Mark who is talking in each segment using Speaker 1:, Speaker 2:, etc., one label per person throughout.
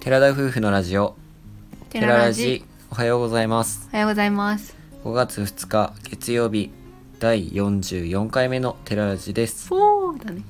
Speaker 1: 寺田夫婦のラジオ寺ラジおはようございます
Speaker 2: おはようございます
Speaker 1: 5月2日月曜日第44回目の寺ラジです
Speaker 2: フォーだね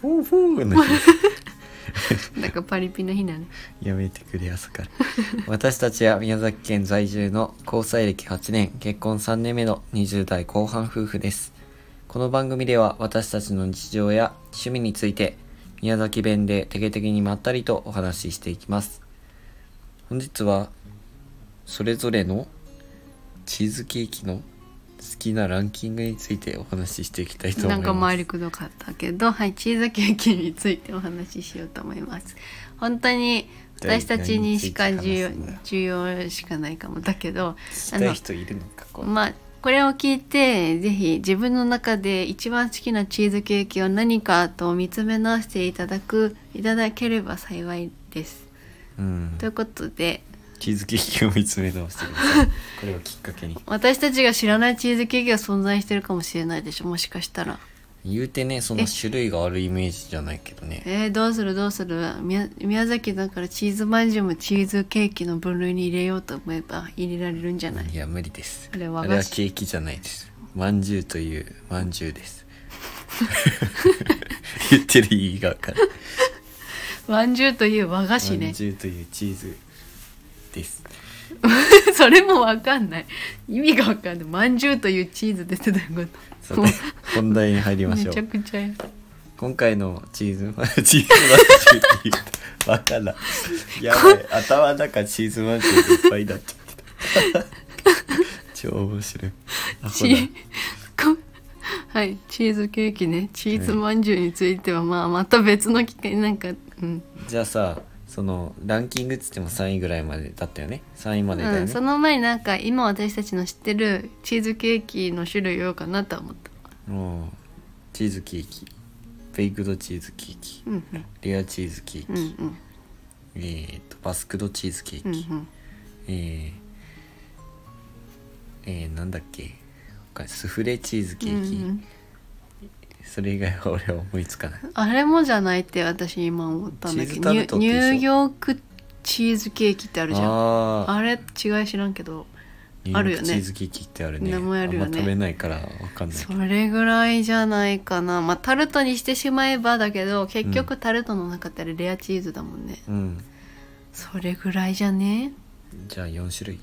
Speaker 1: フォーフォーの日
Speaker 2: なんかパリピの日だね
Speaker 1: やめてくれ朝から 私たちは宮崎県在住の交際歴8年結婚3年目の20代後半夫婦ですこの番組では私たちの日常や趣味について宮崎弁でてけてけにまったりとお話ししていきます本日はそれぞれのチーズケーキの好きなランキングについてお話ししていきたいと思い
Speaker 2: な
Speaker 1: ます
Speaker 2: んか回りくどかったけどはいチーズケーキについてお話ししようと思います本当に私たちにしか重要
Speaker 1: 何について話すんだ
Speaker 2: 重要しかないかもだけど
Speaker 1: 聞きたい人いるのかこれ
Speaker 2: まあこれを聞いてぜひ自分の中で一番好きなチーズケーキは何かと見つめ直していただくいただければ幸いです
Speaker 1: うん
Speaker 2: ということで
Speaker 1: チーズケーキを見つめ直してくださいこれをきっかけに
Speaker 2: 私たちが知らないチーズケーキが存在してるかもしれないでしょもしかしたら
Speaker 1: 言うてねその種類があるイメージじゃないけどね
Speaker 2: えー、どうするどうする宮宮崎だからチーズまんじゅうもチーズケーキの分類に入れようと思えば入れられるんじゃない
Speaker 1: いや無理です
Speaker 2: あれ和
Speaker 1: あ
Speaker 2: 菓子
Speaker 1: れはケーキじゃないですまんじゅうというまんじゅうです 言ってる意味が分かる
Speaker 2: まんじゅうという和菓
Speaker 1: ま
Speaker 2: 子
Speaker 1: ん
Speaker 2: ね
Speaker 1: じゅうというチーズ です、
Speaker 2: それもわかんない意味がわかんないまんじゅうというチーズですってどういうこ
Speaker 1: さ
Speaker 2: と
Speaker 1: て本題に入りま
Speaker 2: め
Speaker 1: しょう
Speaker 2: ちゃくちゃ
Speaker 1: 今回のチーズま チーズまんじゅうって言うとバカだやばい頭の中チーズまんじゅうでいっぱいだっちゃった 超面白いアホだ
Speaker 2: チーはいチーズケーキねチーズまんじゅうについてはまあまた別の機会になんかうん、
Speaker 1: じゃあさそのランキングっつっても3位ぐらいまでだったよね3位までだよ
Speaker 2: う
Speaker 1: ね、
Speaker 2: ん、その前になんか今私たちの知ってるチーズケーキの種類を言おうかなとは思った
Speaker 1: うんチーズケーキベイクドチーズケーキ
Speaker 2: うん
Speaker 1: レアチーズケーキ、
Speaker 2: うんうんうん
Speaker 1: えー、とバスクドチーズケーキ、
Speaker 2: うんうん
Speaker 1: えーえーなんだっけ他スフレチーズケーキ、
Speaker 2: うんうん
Speaker 1: それ以外は俺は思いつかない
Speaker 2: あれもじゃないって私今思ったんだ
Speaker 1: チー
Speaker 2: け
Speaker 1: ズタ
Speaker 2: どニ
Speaker 1: ル
Speaker 2: ュ
Speaker 1: トってで
Speaker 2: ニ
Speaker 1: しょ
Speaker 2: ューヨークチーズケーキってあるじゃんあ
Speaker 1: あー
Speaker 2: れ違い知らんけど
Speaker 1: ニューヨーク
Speaker 2: あるよね
Speaker 1: チーズケーキってあるね
Speaker 2: 名前あるよね
Speaker 1: んま食べないからわかんない
Speaker 2: それぐらいじゃないかなまあタルトにしてしまえばだけど結
Speaker 1: う
Speaker 2: 局タルトの中ってあれレアチーズだもんね、
Speaker 1: うん
Speaker 2: それぐらいじゃね
Speaker 1: じゃあ4種類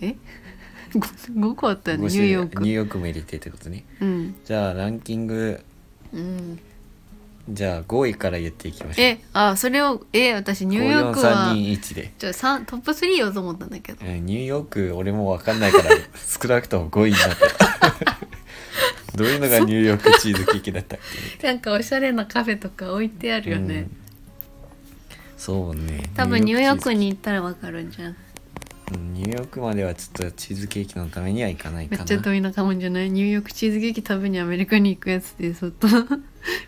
Speaker 2: え 5個あったよね
Speaker 1: 5
Speaker 2: ニュ
Speaker 1: 種
Speaker 2: ー
Speaker 1: 類
Speaker 2: ヨー
Speaker 1: ニュー
Speaker 2: ク
Speaker 1: ヨークも入れてってことね
Speaker 2: うん
Speaker 1: じゃあランキング
Speaker 2: うん
Speaker 1: じゃあ5位から言っていきましょう
Speaker 2: えあそれをえ私ニューヨークは
Speaker 1: 54321で、
Speaker 2: ちょさんトップ3言おうと思ったんだけど
Speaker 1: えーニューヨーク俺も分かんないから 少なくとも5位になった どういうのがニューヨークチーズケーキだったっけ
Speaker 2: なんかおしゃれなカフェとか置いてあるよね、
Speaker 1: うんそうね
Speaker 2: 多分ニューヨー
Speaker 1: チ
Speaker 2: クに行ったらわかるんじゃん
Speaker 1: ーズうんニューヨークまではちょっとチーズケーキのためには行かない
Speaker 2: め
Speaker 1: か
Speaker 2: っ
Speaker 1: な
Speaker 2: ちゃ遠い仲間じゃないニューヨークチーズケーキ食べにアメリカに行くやつで相当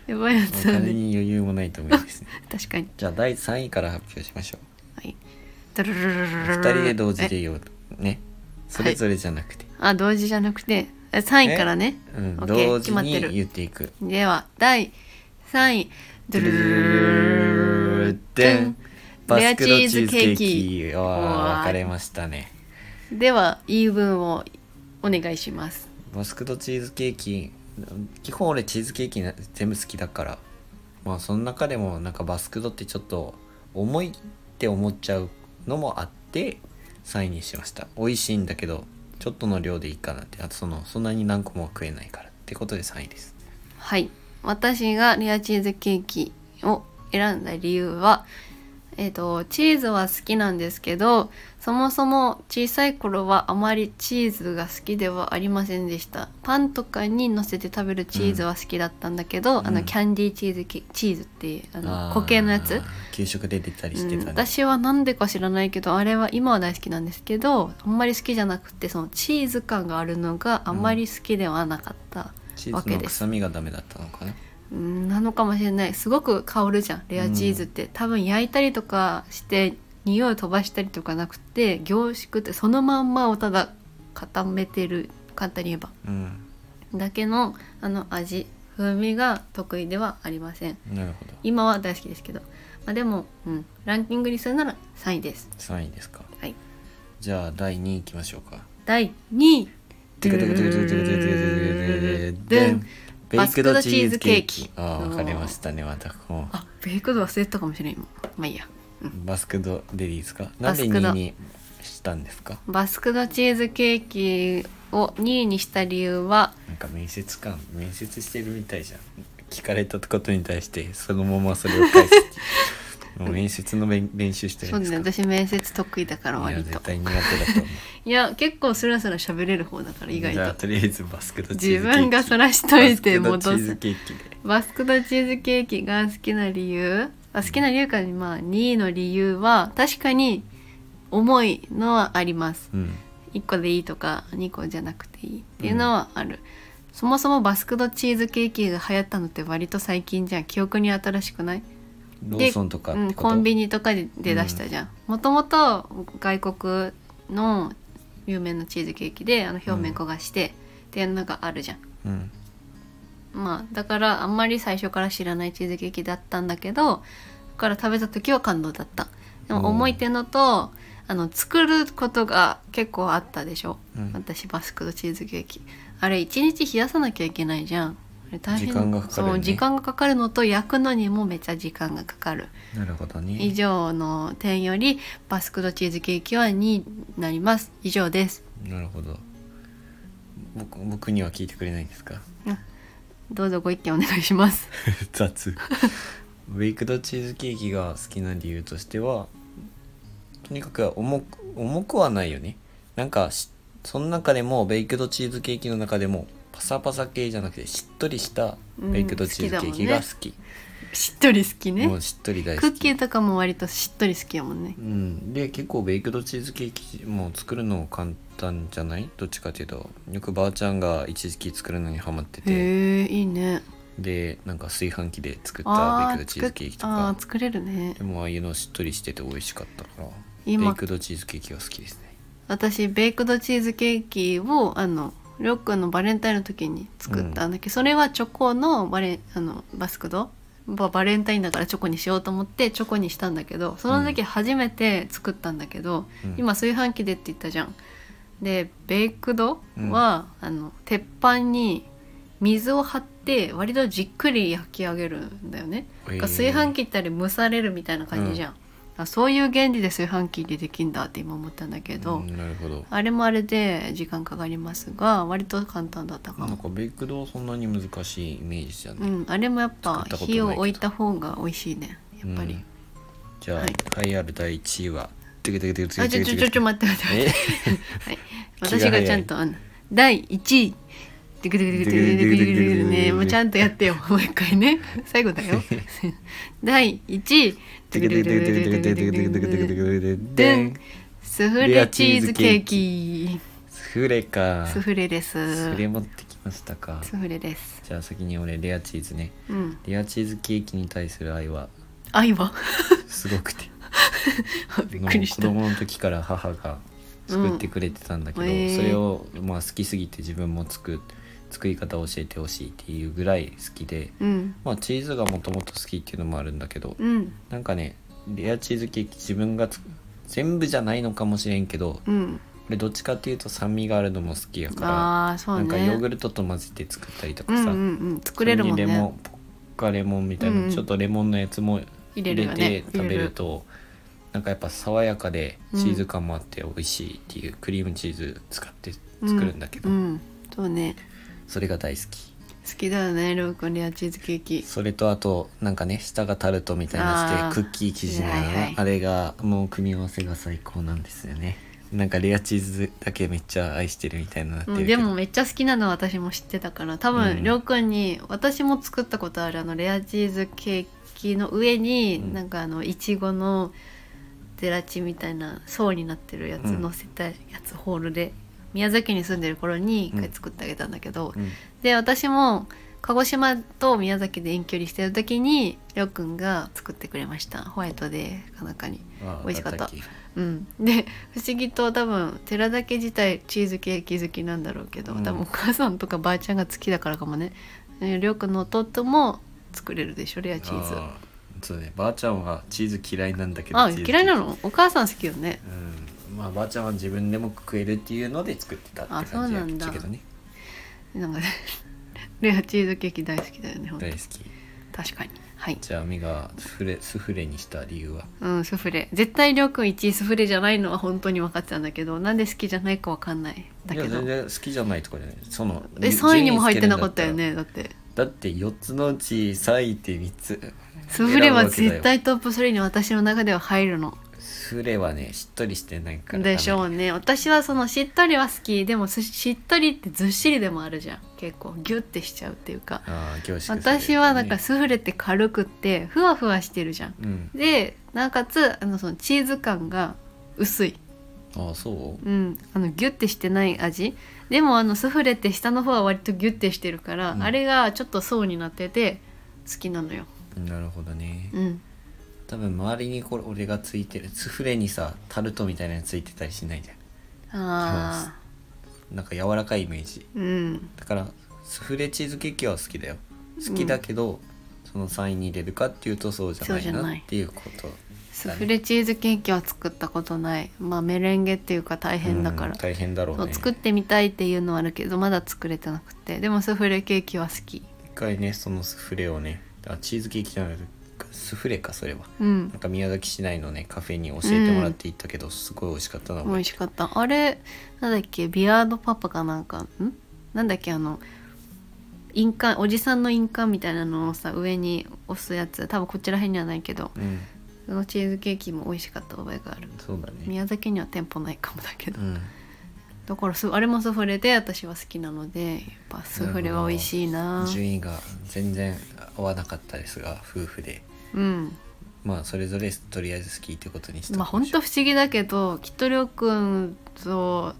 Speaker 2: やばいや
Speaker 1: お
Speaker 2: つだ
Speaker 1: 金
Speaker 2: ね
Speaker 1: に余裕もないと思いますね
Speaker 2: 確かに
Speaker 1: じゃあ第3位から発表しましょ
Speaker 2: はいドルルル
Speaker 1: う
Speaker 2: ルルル
Speaker 1: 2人で同時で言おうとねそれぞれじゃなくて、
Speaker 2: あ同時じゃなくて3位からね
Speaker 1: うん、
Speaker 2: オッケー
Speaker 1: 同時
Speaker 2: 決まって
Speaker 1: に
Speaker 2: る
Speaker 1: 言っていく
Speaker 2: では第3位ドゥルルルルル
Speaker 1: で
Speaker 2: ル
Speaker 1: んバ
Speaker 2: レ
Speaker 1: ス
Speaker 2: アチ
Speaker 1: クドチ
Speaker 2: ー
Speaker 1: ーズケ
Speaker 2: ズケ
Speaker 1: ー
Speaker 2: ー
Speaker 1: キ
Speaker 2: キ
Speaker 1: は分かれましたね
Speaker 2: では言い分をお願いします
Speaker 1: バスクドチーズケーキ基本俺チーズケーキな全部好きだからまあその中でもなんかバスクドってちょっと重いって思っちゃうのもあって3位にしました美味しいんだけどちょっとの量でいいかなってあとそのそんなに何個も食えないからってことで3位です
Speaker 2: はい私がレアチーズケーキを選んだ理由はえっ、とチーズは好きなんですけどそもそも小さい頃はあまりチーズが好きではありませんでしたパンとかにのせて食べるチーズは好きだったんだけど、
Speaker 1: うん
Speaker 2: あ
Speaker 1: うん
Speaker 2: のキャンディーチーズケチーズっていうあの
Speaker 1: あー
Speaker 2: 固形のやつ
Speaker 1: 給食で出たりしてた
Speaker 2: うん、
Speaker 1: ね、
Speaker 2: 私はなんでか知らないけどあれは今は大好きなんですけどあんまり好きじゃなくてそのチーズ感があるのがあんまり好きではなかった、
Speaker 1: チ
Speaker 2: わ
Speaker 1: ーズ
Speaker 2: け
Speaker 1: の
Speaker 2: です
Speaker 1: 臭みがダメだったのかな
Speaker 2: うんなのかもしれないすごく香るじゃんレアチーズって、多分焼いたりとかして匂いを飛ばしたりとかなくて凝縮ってそのまんまをただ固めてる簡単に言えば
Speaker 1: うん
Speaker 2: だけのあの味風味が得意ではありません
Speaker 1: なるほど
Speaker 2: 今は大好きですけどまあ、でも、うん、ランキングにするなら3位です
Speaker 1: 3位ですか
Speaker 2: はい
Speaker 1: じゃあ第2位いきましょうか
Speaker 2: 第2位
Speaker 1: ドゥクドゥクドゥクドゥクドゥクドゥクドゥクドゥンベイクドチーズケーキああ分かりましたねまたこう
Speaker 2: あベイクド忘れてたかもしれん今まあいいや
Speaker 1: バスクドデリーですかな
Speaker 2: バ
Speaker 1: んで
Speaker 2: スクド
Speaker 1: 2位にしたんですか
Speaker 2: バスクドチーズケーキを2位にした理由は
Speaker 1: なんか面接官面接してるみたいじゃん聞かれたことに対してそのままそれを返すもう面接の勉練習して
Speaker 2: そ
Speaker 1: る
Speaker 2: うんだ
Speaker 1: ですか
Speaker 2: ね私面接得意だから
Speaker 1: いや
Speaker 2: 割と
Speaker 1: 絶対苦手だと思
Speaker 2: いや結構スラスラ喋れる方だか
Speaker 1: う
Speaker 2: ら意
Speaker 1: じゃあ
Speaker 2: 外と
Speaker 1: とりあえずバスクドチーズケー
Speaker 2: 自
Speaker 1: キ
Speaker 2: 分がそらしといて
Speaker 1: バスクドチ
Speaker 2: 戻
Speaker 1: ーズ
Speaker 2: す
Speaker 1: ケーキで
Speaker 2: バスクドチーズケーキが好きな理由あ好きな理由かまあ2位の理由は確かに重いのはあります
Speaker 1: うん
Speaker 2: 1個でいいとか2個じゃなくていいっていうのはある、そもそもバスクドチーズケーキが流行ったのって割と最近じゃん記憶に新しくない
Speaker 1: ローソンとかっ
Speaker 2: う
Speaker 1: てこと
Speaker 2: ん、コンビ
Speaker 1: ニ
Speaker 2: ニとかで出したじゃんもともと外国の有名なチーズケーキであの表面焦がして、っていうのがあるじゃん
Speaker 1: うん
Speaker 2: まあだからあんまり最初から知らないチーズケーキだったんだけどだから食べた時は感動だったで
Speaker 1: うん
Speaker 2: も重いっていうのとあの作ることが結構あったでしょ、
Speaker 1: うん
Speaker 2: 私バスクドチーズケーキあれ一日冷やさなきゃいけないじゃんあれ大変
Speaker 1: 時間がかかるね
Speaker 2: そう時間がかかるのと焼くのにもめっちゃ時間がかかる
Speaker 1: なるほど
Speaker 2: 以
Speaker 1: ね
Speaker 2: 上の点よりバスクドチーズケーキは2になります以上です
Speaker 1: なるほど僕僕には聞いてくれないんですか
Speaker 2: どうぞご意見お願いします
Speaker 1: 雑 ウェイクドチーズケーキが好きな理由としてはとにかく重く重くはないよねなんかしその中でもベイクドチーズケーキの中でもパサパサ系じゃなくてしっとりしたベイクドチーズケーキが好き,、
Speaker 2: しっとり好きね
Speaker 1: もうしっとり大好き
Speaker 2: クッキーとかも割としっとり好きやもんね
Speaker 1: うん、で結構ベイクドチーズケーキも作るの簡単じゃないどっちかっていうとよくばあちゃんが一時期作るのにハマってて
Speaker 2: へえいいね
Speaker 1: でなんか炊飯器で作った
Speaker 2: あ
Speaker 1: ベイクド
Speaker 2: ー
Speaker 1: チーズケーキと
Speaker 2: 作っあ
Speaker 1: か
Speaker 2: ー作れるね
Speaker 1: でもああいうのしっとりしてて美味しかったからベイ
Speaker 2: 今
Speaker 1: クドチーズケーキが好きですね
Speaker 2: 私ベイクドチーズケーキをあのりょうくんのバレンタインの時に作ったんだけど、それはチョコのバレあのバスクドババレンタインだからチョコにしようと思ってチョコにしたんだけどその時初めて作ったんだけど、
Speaker 1: うん
Speaker 2: 今炊飯器でって言ったじゃん。でベイクドは、あの鉄板に水を張って割とじっくり焼き上げるんだよね。
Speaker 1: へー
Speaker 2: だから炊飯器ってあれ蒸されるみたいな感じじゃん、あそういう原理で炊飯器でできんだって今思ったんだけど、
Speaker 1: うんなるほど
Speaker 2: あれもあれで時間かかりますが割と簡単だったか
Speaker 1: なん
Speaker 2: も、
Speaker 1: かベイクドはそんなに難しいイメージじゃ
Speaker 2: う
Speaker 1: ない、
Speaker 2: ん、あれもやっぱ
Speaker 1: 作ったことないけ
Speaker 2: 火
Speaker 1: ど
Speaker 2: を置いた方が美味しいねやっぱり、
Speaker 1: うんじゃあ、
Speaker 2: はい
Speaker 1: 栄えある第1位はトゥクトゥクトゥクトゥク
Speaker 2: あち
Speaker 1: ト
Speaker 2: ょ
Speaker 1: ゥクト
Speaker 2: ちょ
Speaker 1: ゥ
Speaker 2: ちょ
Speaker 1: ク
Speaker 2: ちょ待って待って待っ
Speaker 1: え
Speaker 2: て、はい、
Speaker 1: 気が
Speaker 2: 私
Speaker 1: 早い
Speaker 2: がちゃんとあの第1位ドゥクドゥクドゥクドゥクドゥクドゥクドゥクドゥクねもうちゃんとやってよもう一回ね最後だよ第1位ドゥクドゥクドゥクドゥクドゥクドゥクドゥクドゥクドゥク
Speaker 1: で
Speaker 2: でんスフレチーズケーキ
Speaker 1: スフレか
Speaker 2: スフレです
Speaker 1: スフレ持ってきましたか
Speaker 2: スフレです
Speaker 1: じゃあ先に俺レアチーズね
Speaker 2: うん
Speaker 1: レアチーズケーキに対する愛は
Speaker 2: 愛は
Speaker 1: すごくて
Speaker 2: びっくりし
Speaker 1: 子
Speaker 2: た
Speaker 1: 供の時から母が作ってくれてたんだけど、
Speaker 2: うんへー
Speaker 1: それをまあ好きすぎて自分も作る作り方を教えてほしいっていうぐらい好きで、
Speaker 2: うん
Speaker 1: まあ、チーズがもともと好きっていうのもあるんだけど、
Speaker 2: うん
Speaker 1: なんかねレアチーズケーキ自分がつ全部じゃないのかもしれんけど
Speaker 2: うん
Speaker 1: 俺どっちかっていうと酸味があるのも好きやか
Speaker 2: ああーそ
Speaker 1: ら、
Speaker 2: う
Speaker 1: なんかヨー
Speaker 2: ね
Speaker 1: グルトと混ぜて作ったりと
Speaker 2: う
Speaker 1: か
Speaker 2: ん
Speaker 1: さ、
Speaker 2: うんうん作れるもん
Speaker 1: そにレモ
Speaker 2: ね
Speaker 1: ンポッカレモンみたいな、
Speaker 2: うんうん
Speaker 1: ちょっとレモンのやつも
Speaker 2: 入
Speaker 1: 入
Speaker 2: れる
Speaker 1: れ
Speaker 2: よね
Speaker 1: て食べるとなんかやっぱ爽やかで
Speaker 2: うん
Speaker 1: チーズ感もあって美味しいっていうクリームチーズ使って作るんだけど、
Speaker 2: うんうんそうね
Speaker 1: それが大好き
Speaker 2: 好きだよねロー君レアチーズケーキ
Speaker 1: それとあとなんかね下がタルトみたいな
Speaker 2: あー
Speaker 1: してクッキー生地の
Speaker 2: はいはい
Speaker 1: あれがもう組み合わせが最高なんですよねなんかレアチーズだけめっちゃ愛してるみたいになってる
Speaker 2: うん、
Speaker 1: け
Speaker 2: で
Speaker 1: ど、
Speaker 2: もめっちゃ好きなのは私も知ってたから多
Speaker 1: う
Speaker 2: 分
Speaker 1: ん
Speaker 2: りょうくんに私も作ったことあるあのレアチーズケーキの上に、
Speaker 1: うん
Speaker 2: なんかあのいちごのゼラチンみたいな層になってるやつ
Speaker 1: うん
Speaker 2: 乗せたやつホールで宮崎に住んでる頃に一
Speaker 1: う
Speaker 2: 回
Speaker 1: ん
Speaker 2: 作ってあげたんだけど、
Speaker 1: うん
Speaker 2: で私も鹿児島と宮崎で遠距離してる時にりょうくんが作ってくれましたホワイトデーかなんかに。
Speaker 1: あー
Speaker 2: 美味しかった
Speaker 1: だっけ
Speaker 2: うん、で不思議と多分寺田家自体チーズケーキ好きなんだろうけど、
Speaker 1: うん
Speaker 2: 多分お母さんとかばあちゃんが好きだからかもねえーりょうくんの弟も作れるでしょレアチーズ
Speaker 1: あーそうねばあちゃんはチーズ嫌いなんだけど
Speaker 2: あ
Speaker 1: チーズ
Speaker 2: 嫌いなのお母さん好きよね
Speaker 1: うんまあばあちゃんは自分でも食えるっていうので作ってたって感じやったけどね
Speaker 2: なんかね レアチーズケーキ大好きだよねほんと
Speaker 1: 大好き
Speaker 2: 確かにはい
Speaker 1: じゃあミがスフレスフレにした理由は
Speaker 2: うんスフレ絶対りょうくん1位スフレじゃないのは本当に分かってたんだけどなんで好きじゃないか分かんないだ
Speaker 1: い
Speaker 2: け
Speaker 1: や
Speaker 2: ど
Speaker 1: 全然好きじゃないとかじゃないその
Speaker 2: え3位にも入ってなかったよねだって
Speaker 1: だって4つのうち3位って3つ
Speaker 2: スフレは
Speaker 1: 選ぶ
Speaker 2: 絶
Speaker 1: わけだよ
Speaker 2: 対トップ3に私の中では入るの
Speaker 1: スフレはねしっとりしてないから
Speaker 2: でしょうね私はそのしっとりは好きでもすしっとりってずっしりでもあるじゃん結構ギュッてしちゃうっていうか
Speaker 1: ああ凝縮されてるね
Speaker 2: 私はなんかスフレって軽くってふわふわしてるじゃん
Speaker 1: うん
Speaker 2: でなおかつあのそのチーズ感が薄い
Speaker 1: ああそう
Speaker 2: うん、あのギュッてしてない味でもあのスフレって下の方は割とギュッてしてるから、
Speaker 1: うん
Speaker 2: あれがちょっと層になってて好きなのよ、
Speaker 1: なるほどね
Speaker 2: うん、
Speaker 1: 多分周りにこれ俺がついてるスフレにさタルトみたいなのついてたりしないじゃ
Speaker 2: ああ
Speaker 1: んなんか柔らかいイメージ
Speaker 2: うん
Speaker 1: だからスフレチーズケーキは好きだよ好きだけど、その3位に入れるかっていうとそうじゃない
Speaker 2: そうじゃ
Speaker 1: な
Speaker 2: ない
Speaker 1: っていうこと
Speaker 2: スフレチーズケーキは作ったことないまあメレンゲっていうか大変だから、
Speaker 1: うん大変だろ
Speaker 2: そうう
Speaker 1: ね
Speaker 2: 作ってみたいっていうのはあるけどまだ作れてなくてでもスフレケーキは好き
Speaker 1: 一回ねそのスフレをねあチーズケーキじゃないスフレかそれは
Speaker 2: うん
Speaker 1: なんか宮崎市内のねカフェに教えてもらって行ったけど、すごい美味しかったな
Speaker 2: 美味しかったあれなんだっけビアードパパかなんかんなんだっけあの印鑑おじさんの印鑑みたいなのをさ上に押すやつ多分こちら辺にはないけど
Speaker 1: うん
Speaker 2: そのチーズケーキも美味しかった覚えがある
Speaker 1: そうだね
Speaker 2: 宮崎には店舗ないかもだけど、
Speaker 1: うん
Speaker 2: だからすあれもスフレで私は好きなのでやっぱスフレは美味しいな
Speaker 1: 順位が全然合わなかったですが夫婦で
Speaker 2: うん
Speaker 1: まあそれぞれとりあえず好きってことにした
Speaker 2: まあ本当不思議だけどきっとりょうくんと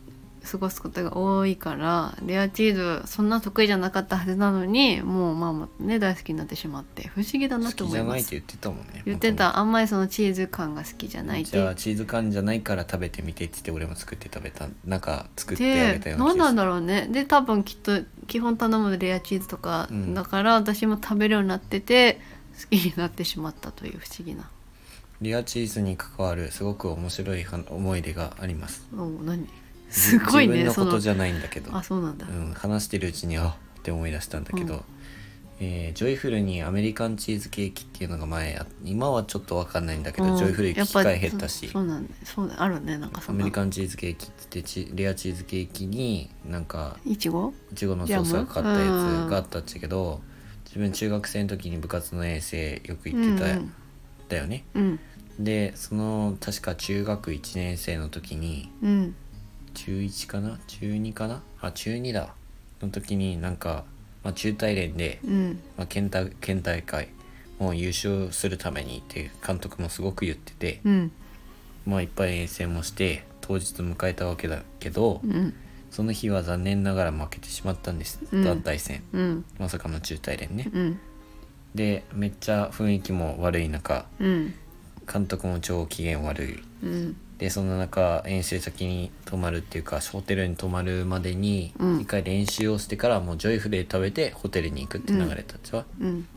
Speaker 2: 過ごすことが多いからレアチーズそんな得意じゃなかったはずなのにもうまあまあね大好きになってしまって不思議だ
Speaker 1: 好
Speaker 2: なと
Speaker 1: き
Speaker 2: 思
Speaker 1: じ
Speaker 2: い
Speaker 1: ゃな
Speaker 2: ま
Speaker 1: いって
Speaker 2: す
Speaker 1: 言ってたもんね
Speaker 2: 言ってたあんまりそのチーズ感が好きじゃないっ
Speaker 1: じゃあ
Speaker 2: て
Speaker 1: チーズ缶じゃないから食べてみてって言って俺も作って食べたなんか作ってあげた
Speaker 2: で
Speaker 1: ような
Speaker 2: 何
Speaker 1: 気が
Speaker 2: な
Speaker 1: す
Speaker 2: ん
Speaker 1: る
Speaker 2: だろうねで多分きっと基本頼むレアチーズとか
Speaker 1: うん
Speaker 2: だから私も食べるようになってて好きになってしまったという不思議な
Speaker 1: リアチーズに関わるすごく面白いは思い出があります
Speaker 2: おう何すごい
Speaker 1: 自分
Speaker 2: ね
Speaker 1: の
Speaker 2: そ
Speaker 1: こと
Speaker 2: の
Speaker 1: じゃないんだけど
Speaker 2: あそうなんだ
Speaker 1: うん、話してるうちにあって思い出したんだけど、
Speaker 2: うん
Speaker 1: えージョイフルにアメリカンチーズケーキっていうのが前あ今はちょっと分かんないんだけど、
Speaker 2: うん
Speaker 1: ジョイフル行
Speaker 2: や
Speaker 1: く
Speaker 2: っ
Speaker 1: 機
Speaker 2: ぱ
Speaker 1: 会減ったし
Speaker 2: そうそうなんだそうだあるねなんか
Speaker 1: ア
Speaker 2: そん
Speaker 1: メ
Speaker 2: な
Speaker 1: リカンチーズケーキって言ってチレアチーズケーキになんか
Speaker 2: いちご
Speaker 1: いちごのソースがかかったやつがあったっちゃけど自分中学生の時に部活の遠征よく行ってた、
Speaker 2: うん
Speaker 1: だよね
Speaker 2: うん
Speaker 1: でその確か中学1年生の時に
Speaker 2: うん
Speaker 1: 中1かな中2かなあ中2だの時になんか、まあ、中大連で、
Speaker 2: うん
Speaker 1: まあ、県大県大会もう優勝するためにって監督もすごく言ってて、
Speaker 2: うん
Speaker 1: まあいっぱい遠征もして当日迎えたわけだけど、
Speaker 2: うん
Speaker 1: その日は残念ながら負けてしまったんです、
Speaker 2: うん
Speaker 1: 団体戦
Speaker 2: うん
Speaker 1: まさかの中大連ね、
Speaker 2: うん
Speaker 1: でめっちゃ雰囲気も悪い中
Speaker 2: うん
Speaker 1: 監督も超機嫌悪い
Speaker 2: うん
Speaker 1: でそんな中遠征先に泊まるっていうかホテルに泊まるまでに
Speaker 2: うん
Speaker 1: 一回練習をしてからもうジョイフルで食べてホテルに行くって流れたっちゃ、
Speaker 2: うん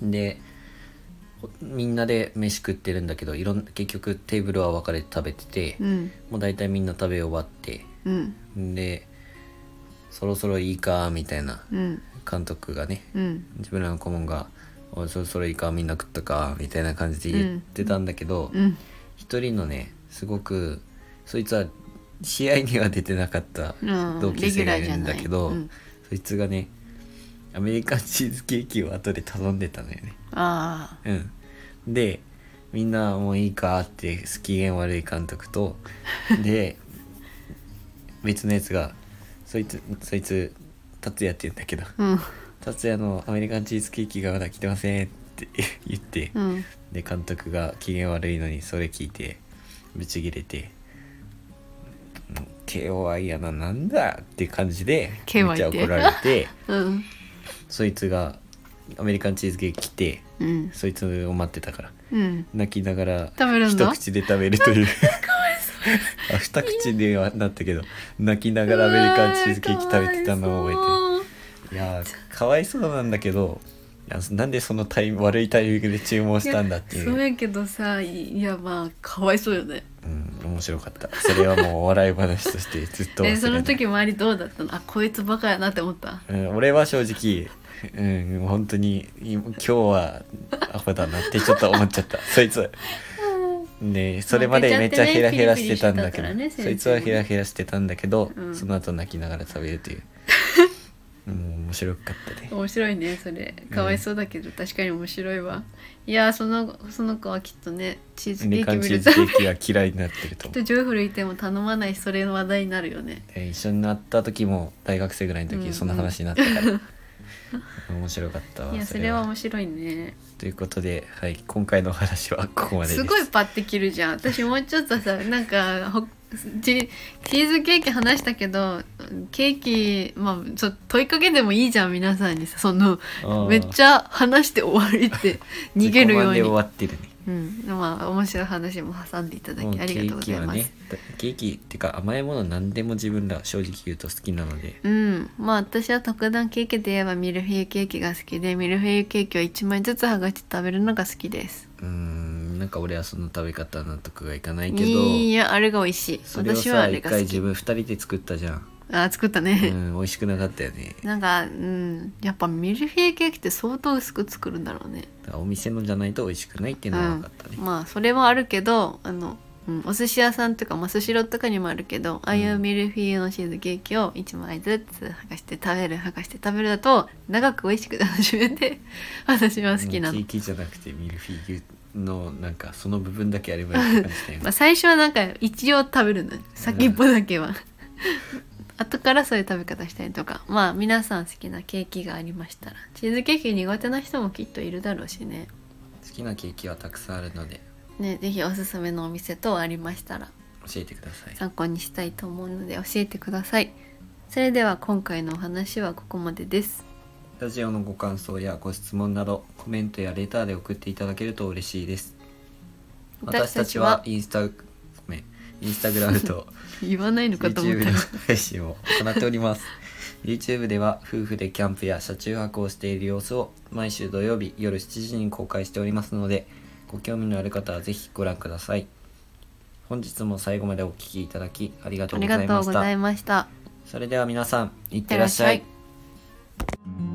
Speaker 1: でほみんなで飯食ってるんだけどいろん結局テーブルは分かれて食べてて、
Speaker 2: うん
Speaker 1: もう大体みんな食べ終わって
Speaker 2: うん
Speaker 1: でそろそろいいかみたいな
Speaker 2: うん
Speaker 1: 監督がね
Speaker 2: うん
Speaker 1: 自分らの顧問が「おいそろそろいいかみんな食ったか」みたいな感じで言ってたんだけど、
Speaker 2: うん
Speaker 1: 一人のねすごくそいつは試合には出てなかった
Speaker 2: うん
Speaker 1: 同級生がいるんだけど、
Speaker 2: レギュラーじゃないうん
Speaker 1: そいつがねアメリカンチーズケーキを後で頼んでたのよね
Speaker 2: ああ
Speaker 1: うんでみんなもういいかって機嫌悪い監督 とで別のやつがそいつそいつ達也って言うんだけど
Speaker 2: うん
Speaker 1: 達也のアメリカンチーズケーキがまだ来てませんって言って、
Speaker 2: うん
Speaker 1: で監督が機嫌悪いのにそれ聞いてブチギレて「もう KOI やななんだ!」っていう感じで
Speaker 2: KOI
Speaker 1: めっちゃ
Speaker 2: って
Speaker 1: 怒られて
Speaker 2: うん
Speaker 1: そいつがアメリカンチーズケーキ来て
Speaker 2: うん
Speaker 1: そいつを待ってたから
Speaker 2: うん
Speaker 1: 泣きながら
Speaker 2: 食べるんだ
Speaker 1: 一口で食べると いう あ二口ではなったけど泣きながらアメリカンチーズケーキ食べてたのを覚えてるいやーかわいそうなんだけどいやなんでそのタイミ悪いタイミングで注文したんだってい
Speaker 2: やそう
Speaker 1: う、
Speaker 2: やけどさいやまあかわいそうよね
Speaker 1: うん、面白かったそれはもうお笑い話としてずっと忘れな
Speaker 2: え
Speaker 1: い
Speaker 2: その時周りどうだったのあこいつバカやなって思った
Speaker 1: うん、俺は正直、うん、本当に今今日はアホだなってちょっと思っちゃった そいつねそれまでめっちゃヘラヘラしてたんだけど、
Speaker 2: まあ出ちゃってねピリピリしてたからね先生も
Speaker 1: そいつはヘラヘラしてたんだけど、
Speaker 2: うん
Speaker 1: その後泣きながら食べると いう、うん、面白かったね
Speaker 2: 面白いねそれかわいそうだけど、確かに面白いわいやそのその子はきっとねチーズケ
Speaker 1: み
Speaker 2: ー
Speaker 1: か
Speaker 2: キ
Speaker 1: ん
Speaker 2: 見
Speaker 1: チー
Speaker 2: る
Speaker 1: ズ
Speaker 2: と
Speaker 1: ケ
Speaker 2: きっ
Speaker 1: ーキが嫌いになってると思う
Speaker 2: とジョイフルいても頼まないしそれの話題になるよね
Speaker 1: えー一緒になった時も大学生ぐらいの
Speaker 2: うんう
Speaker 1: 時
Speaker 2: ん
Speaker 1: そんな話になったから、 面白かったわ
Speaker 2: いやそれは面白いね
Speaker 1: ということで、はい、今回のお話はここまでです
Speaker 2: すごいパッて切るじゃん私もうちょっとさなんかほチチーズケーキ話したけどケーキまあちょっと問いかけでもいいじゃん皆さんにさその
Speaker 1: うん
Speaker 2: めっちゃ話して終わりって逃げ るよう
Speaker 1: 自己満で終
Speaker 2: に、
Speaker 1: わってるね
Speaker 2: うん、まあ面白い話も挟んでいただ
Speaker 1: もう
Speaker 2: きありがとうございます、
Speaker 1: ケーキはねケーキっていうか甘いもの何でも自分ら正直言うと好きなので
Speaker 2: うんまあ私は特段ケーキで言えばミルフィーユケーキが好きでミルフィーユケーキを1枚ずつ剥がして食べるのが好きです
Speaker 1: うーんなんか俺はその食べ方納得がいかないけど
Speaker 2: いやあれが美味しい
Speaker 1: それを
Speaker 2: 私はあ
Speaker 1: さ
Speaker 2: れ
Speaker 1: 一
Speaker 2: が好
Speaker 1: 回
Speaker 2: き
Speaker 1: 自分二人で作ったじゃ ん、
Speaker 2: あ作った
Speaker 1: う
Speaker 2: ね、
Speaker 1: ん、美味しくなかったよね
Speaker 2: なんか、うん、やっぱミルフィーユケーキって相当薄く作るんだろうね。
Speaker 1: だからお店のじゃないと美味しくないっていうのは分かったね、
Speaker 2: うん、まあそれはあるけどあの、うん、お寿司屋さんとかまあスシローとかにもあるけど、ああいうミルフィーユのチーズケーキを1枚ずつ剥がして食べる剥がして食べるだと長く美味しく楽しめて 私は好きな
Speaker 1: ケ
Speaker 2: の
Speaker 1: ー。キじゃなくてミルフィーユのなんかその部分だけあればいいって感じだよ
Speaker 2: ま
Speaker 1: ね
Speaker 2: あ、最初はなんか一応食べるのよ先っぽだけは、後からそういう食べ方したりとかまあ皆さん好きなケーキがありましたらチーズケーキ苦手な人もきっといるだろうしね
Speaker 1: 好きなケーキはたくさんあるので
Speaker 2: ね、ぜひおすすめのお店等ありましたら
Speaker 1: 教えてください
Speaker 2: 参考にしたいと思うので教えてくださいそれでは今回のお話はここまでです
Speaker 1: ラジオのご感想やご質問などコメントやレターで送っていただけると嬉しいです私たちはインスタごめんインスタグラムと
Speaker 2: 言わないのかと思っ
Speaker 1: YouTube
Speaker 2: た
Speaker 1: の
Speaker 2: ら
Speaker 1: 配信を行っております YouTube では夫婦でキャンプや車中泊をしている様子を毎週土曜日夜7時に公開しておりますのでご興味のある方はぜひご覧ください本日も最後までお聞きいただきありがと
Speaker 2: あ
Speaker 1: うご
Speaker 2: り
Speaker 1: ざ
Speaker 2: が
Speaker 1: い
Speaker 2: と
Speaker 1: ま
Speaker 2: う
Speaker 1: し
Speaker 2: ご
Speaker 1: た
Speaker 2: ざいました
Speaker 1: それでは皆さんいっ
Speaker 2: いってて
Speaker 1: ら
Speaker 2: ら
Speaker 1: っ
Speaker 2: っ
Speaker 1: し
Speaker 2: し
Speaker 1: ゃ
Speaker 2: ゃ
Speaker 1: い
Speaker 2: い